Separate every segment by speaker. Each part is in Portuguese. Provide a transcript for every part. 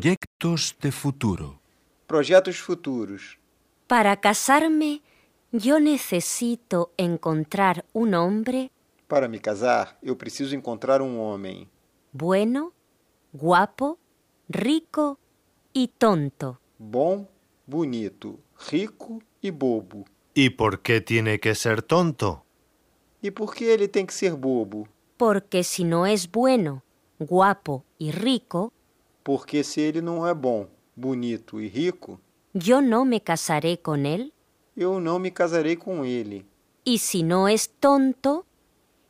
Speaker 1: Proyectos de futuro.
Speaker 2: Projetos futuros.
Speaker 3: Para casarme, yo necesito encontrar un hombre
Speaker 2: Para me casar, eu preciso encontrar um homem
Speaker 3: bueno, guapo, rico y tonto.
Speaker 2: bom, bonito, rico e bobo.
Speaker 4: ¿Y por qué tiene que ser tonto?
Speaker 2: E por que ele tem que ser bobo?
Speaker 3: Porque si no es bueno, guapo y rico,
Speaker 2: Porque se ele não é bom, bonito e rico,
Speaker 3: yo no me casaré con él.
Speaker 2: eu não me casarei com ele.
Speaker 3: Y si no es tonto,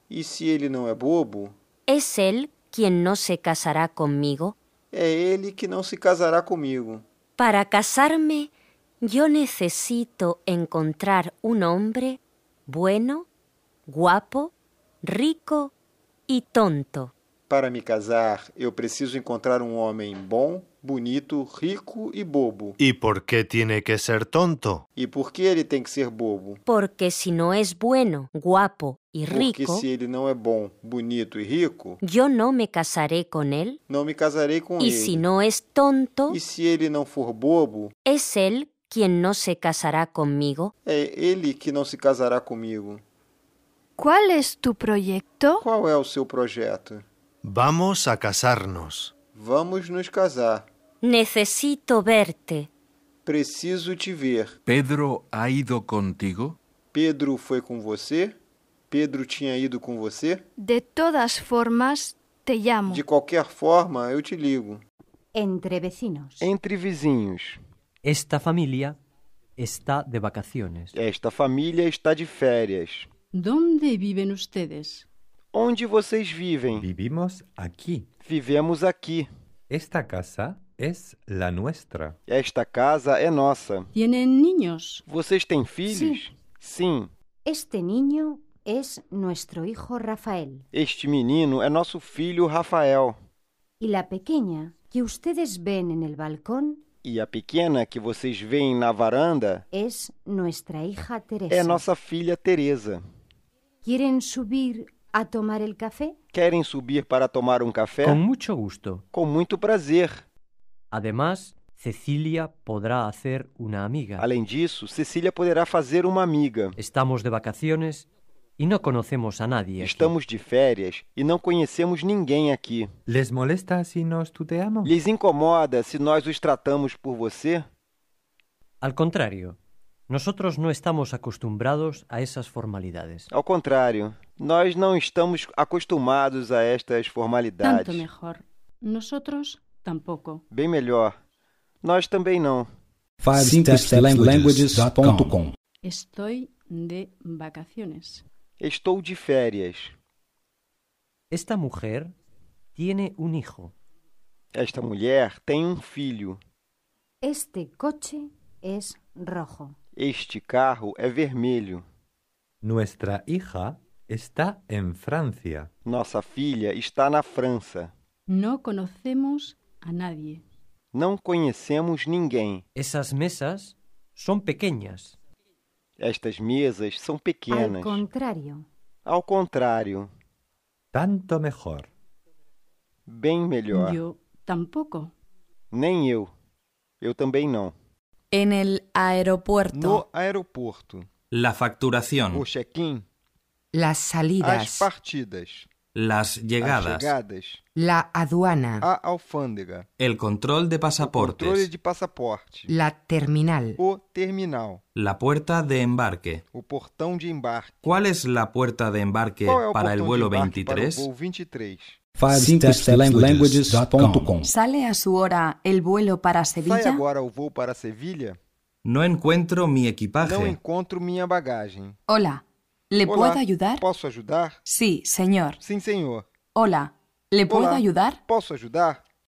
Speaker 2: E se ele não é bobo,
Speaker 3: es él quien no se casará conmigo.
Speaker 2: é ele que não se casará comigo.
Speaker 3: Para casarme, yo necesito encontrar un hombre bueno, guapo, rico y tonto.
Speaker 2: Para me casar, eu preciso encontrar um homem bom, bonito, rico e bobo.
Speaker 4: ¿Y por qué tiene que ser tonto?
Speaker 2: E por que ele tem que ser bobo?
Speaker 3: Porque si no es bueno, guapo y
Speaker 2: Porque
Speaker 3: rico,
Speaker 2: se ele não é bom, bonito e rico,
Speaker 3: yo no me casaré con él.
Speaker 2: não me casarei com
Speaker 3: Y
Speaker 2: ele.
Speaker 3: si no es tonto,
Speaker 2: E se ele não for bobo,
Speaker 3: es él quien no se casará conmigo.
Speaker 2: é ele que não se casará comigo.
Speaker 5: ¿Cuál es tu proyecto?
Speaker 2: Qual é o seu projeto?
Speaker 4: Vamos a casarnos.
Speaker 2: Vamos nos casar.
Speaker 3: Necesito verte.
Speaker 2: Preciso te ver.
Speaker 1: ¿Pedro ha ido contigo?
Speaker 2: Pedro foi com você? Pedro tinha ido com você?
Speaker 5: De todas formas, te llamo.
Speaker 2: De qualquer forma, eu te ligo.
Speaker 6: Entre vecinos.
Speaker 7: Entre vizinhos.
Speaker 8: Esta familia está de vacaciones.
Speaker 7: Esta família está de férias.
Speaker 9: ¿Dónde viven ustedes?
Speaker 7: Onde vocês vivem?
Speaker 10: Vivimos aquí.
Speaker 7: Vivemos aqui.
Speaker 10: Esta casa es la nuestra.
Speaker 7: Esta casa é nossa.
Speaker 9: ¿Tienen niños?
Speaker 7: Vocês têm filhos? Sim.
Speaker 6: Este niño es nuestro hijo Rafael
Speaker 7: Este menino é nosso filho Rafael.
Speaker 6: y la pequeña que ustedes ven en el balcón
Speaker 7: E a pequena que vocês veem na varanda
Speaker 6: es nuestra hija Teresa.
Speaker 11: Eh,
Speaker 7: é nossa filha Teresa.
Speaker 6: ¿Quieren subir a tomar el café?
Speaker 7: Querem subir para tomar um café?
Speaker 8: Con mucho gusto.
Speaker 7: Com muito prazer.
Speaker 8: Además, Cecilia podrá hacer una amiga.
Speaker 7: Além disso, Cecília poderá fazer uma amiga.
Speaker 8: Estamos de vacaciones y no conocemos a nadie. aquí.
Speaker 7: Estamos de férias e não conhecemos ninguém aqui.
Speaker 10: ¿Les molesta si nos tuteamos?
Speaker 7: Lhes incomoda se nós os tratamos por você?
Speaker 8: Al contrario, nosotros no estamos acostumbrados a esas formalidades.
Speaker 7: Ao contrário, nós não estamos acostumados a estas
Speaker 9: Tanto
Speaker 7: formalidades.
Speaker 9: mejor. Nosotros tampoco.
Speaker 7: Bem melhor. Nós também não.
Speaker 12: FiveStepsLanguages.com
Speaker 9: Estoy de vacaciones.
Speaker 7: Estou de férias.
Speaker 8: Esta mujer tiene un hijo.
Speaker 7: Esta mulher tem um filho.
Speaker 6: Este coche es rojo.
Speaker 7: Este carro é vermelho.
Speaker 10: Nuestra hija está en Francia.
Speaker 7: Nossa filha está na França.
Speaker 9: No conocemos a nadie.
Speaker 7: Não conhecemos ninguém.
Speaker 8: Esas mesas son pequeñas.
Speaker 7: Estas mesas são
Speaker 6: Al
Speaker 7: pequenas.
Speaker 6: contrario,
Speaker 7: Ao contrário,
Speaker 10: Tanto mejor.
Speaker 7: bem
Speaker 11: ah.
Speaker 7: melhor.
Speaker 9: Yo tampoco.
Speaker 7: Nem eu. Eu também não.
Speaker 11: En el aeropuerto.
Speaker 7: No aeroporto,
Speaker 12: La facturación.
Speaker 7: o check-in,
Speaker 11: Las
Speaker 7: as
Speaker 11: salidas.
Speaker 7: partidas,
Speaker 12: Las
Speaker 7: as
Speaker 12: llegadas.
Speaker 7: chegadas,
Speaker 11: La aduana.
Speaker 7: a alfândega,
Speaker 12: El control de
Speaker 7: controle
Speaker 12: pasaportes.
Speaker 7: de passaporte,
Speaker 11: La terminal.
Speaker 7: o terminal,
Speaker 12: La puerta de embarque.
Speaker 7: o portão de embarque.
Speaker 12: ¿Cuál es la puerta de embarque
Speaker 7: Qual é o
Speaker 12: para el
Speaker 7: portão
Speaker 12: vuelo
Speaker 7: de embarque para o
Speaker 12: 23?
Speaker 7: voo 23?
Speaker 12: FiveStepsLanguages.com.
Speaker 11: ¿Sale a su hora el vuelo para
Speaker 7: Sai agora o voo para Sevilha?
Speaker 12: No encuentro mi
Speaker 7: Não
Speaker 12: equipaje.
Speaker 7: encontro minha bagagem.
Speaker 11: Hola. ¿Le
Speaker 7: Olá, Posso ajudar?
Speaker 11: Sí, señor.
Speaker 7: Sim, senhor.
Speaker 11: Hola. ¿Le
Speaker 7: Olá, Posso ajudar?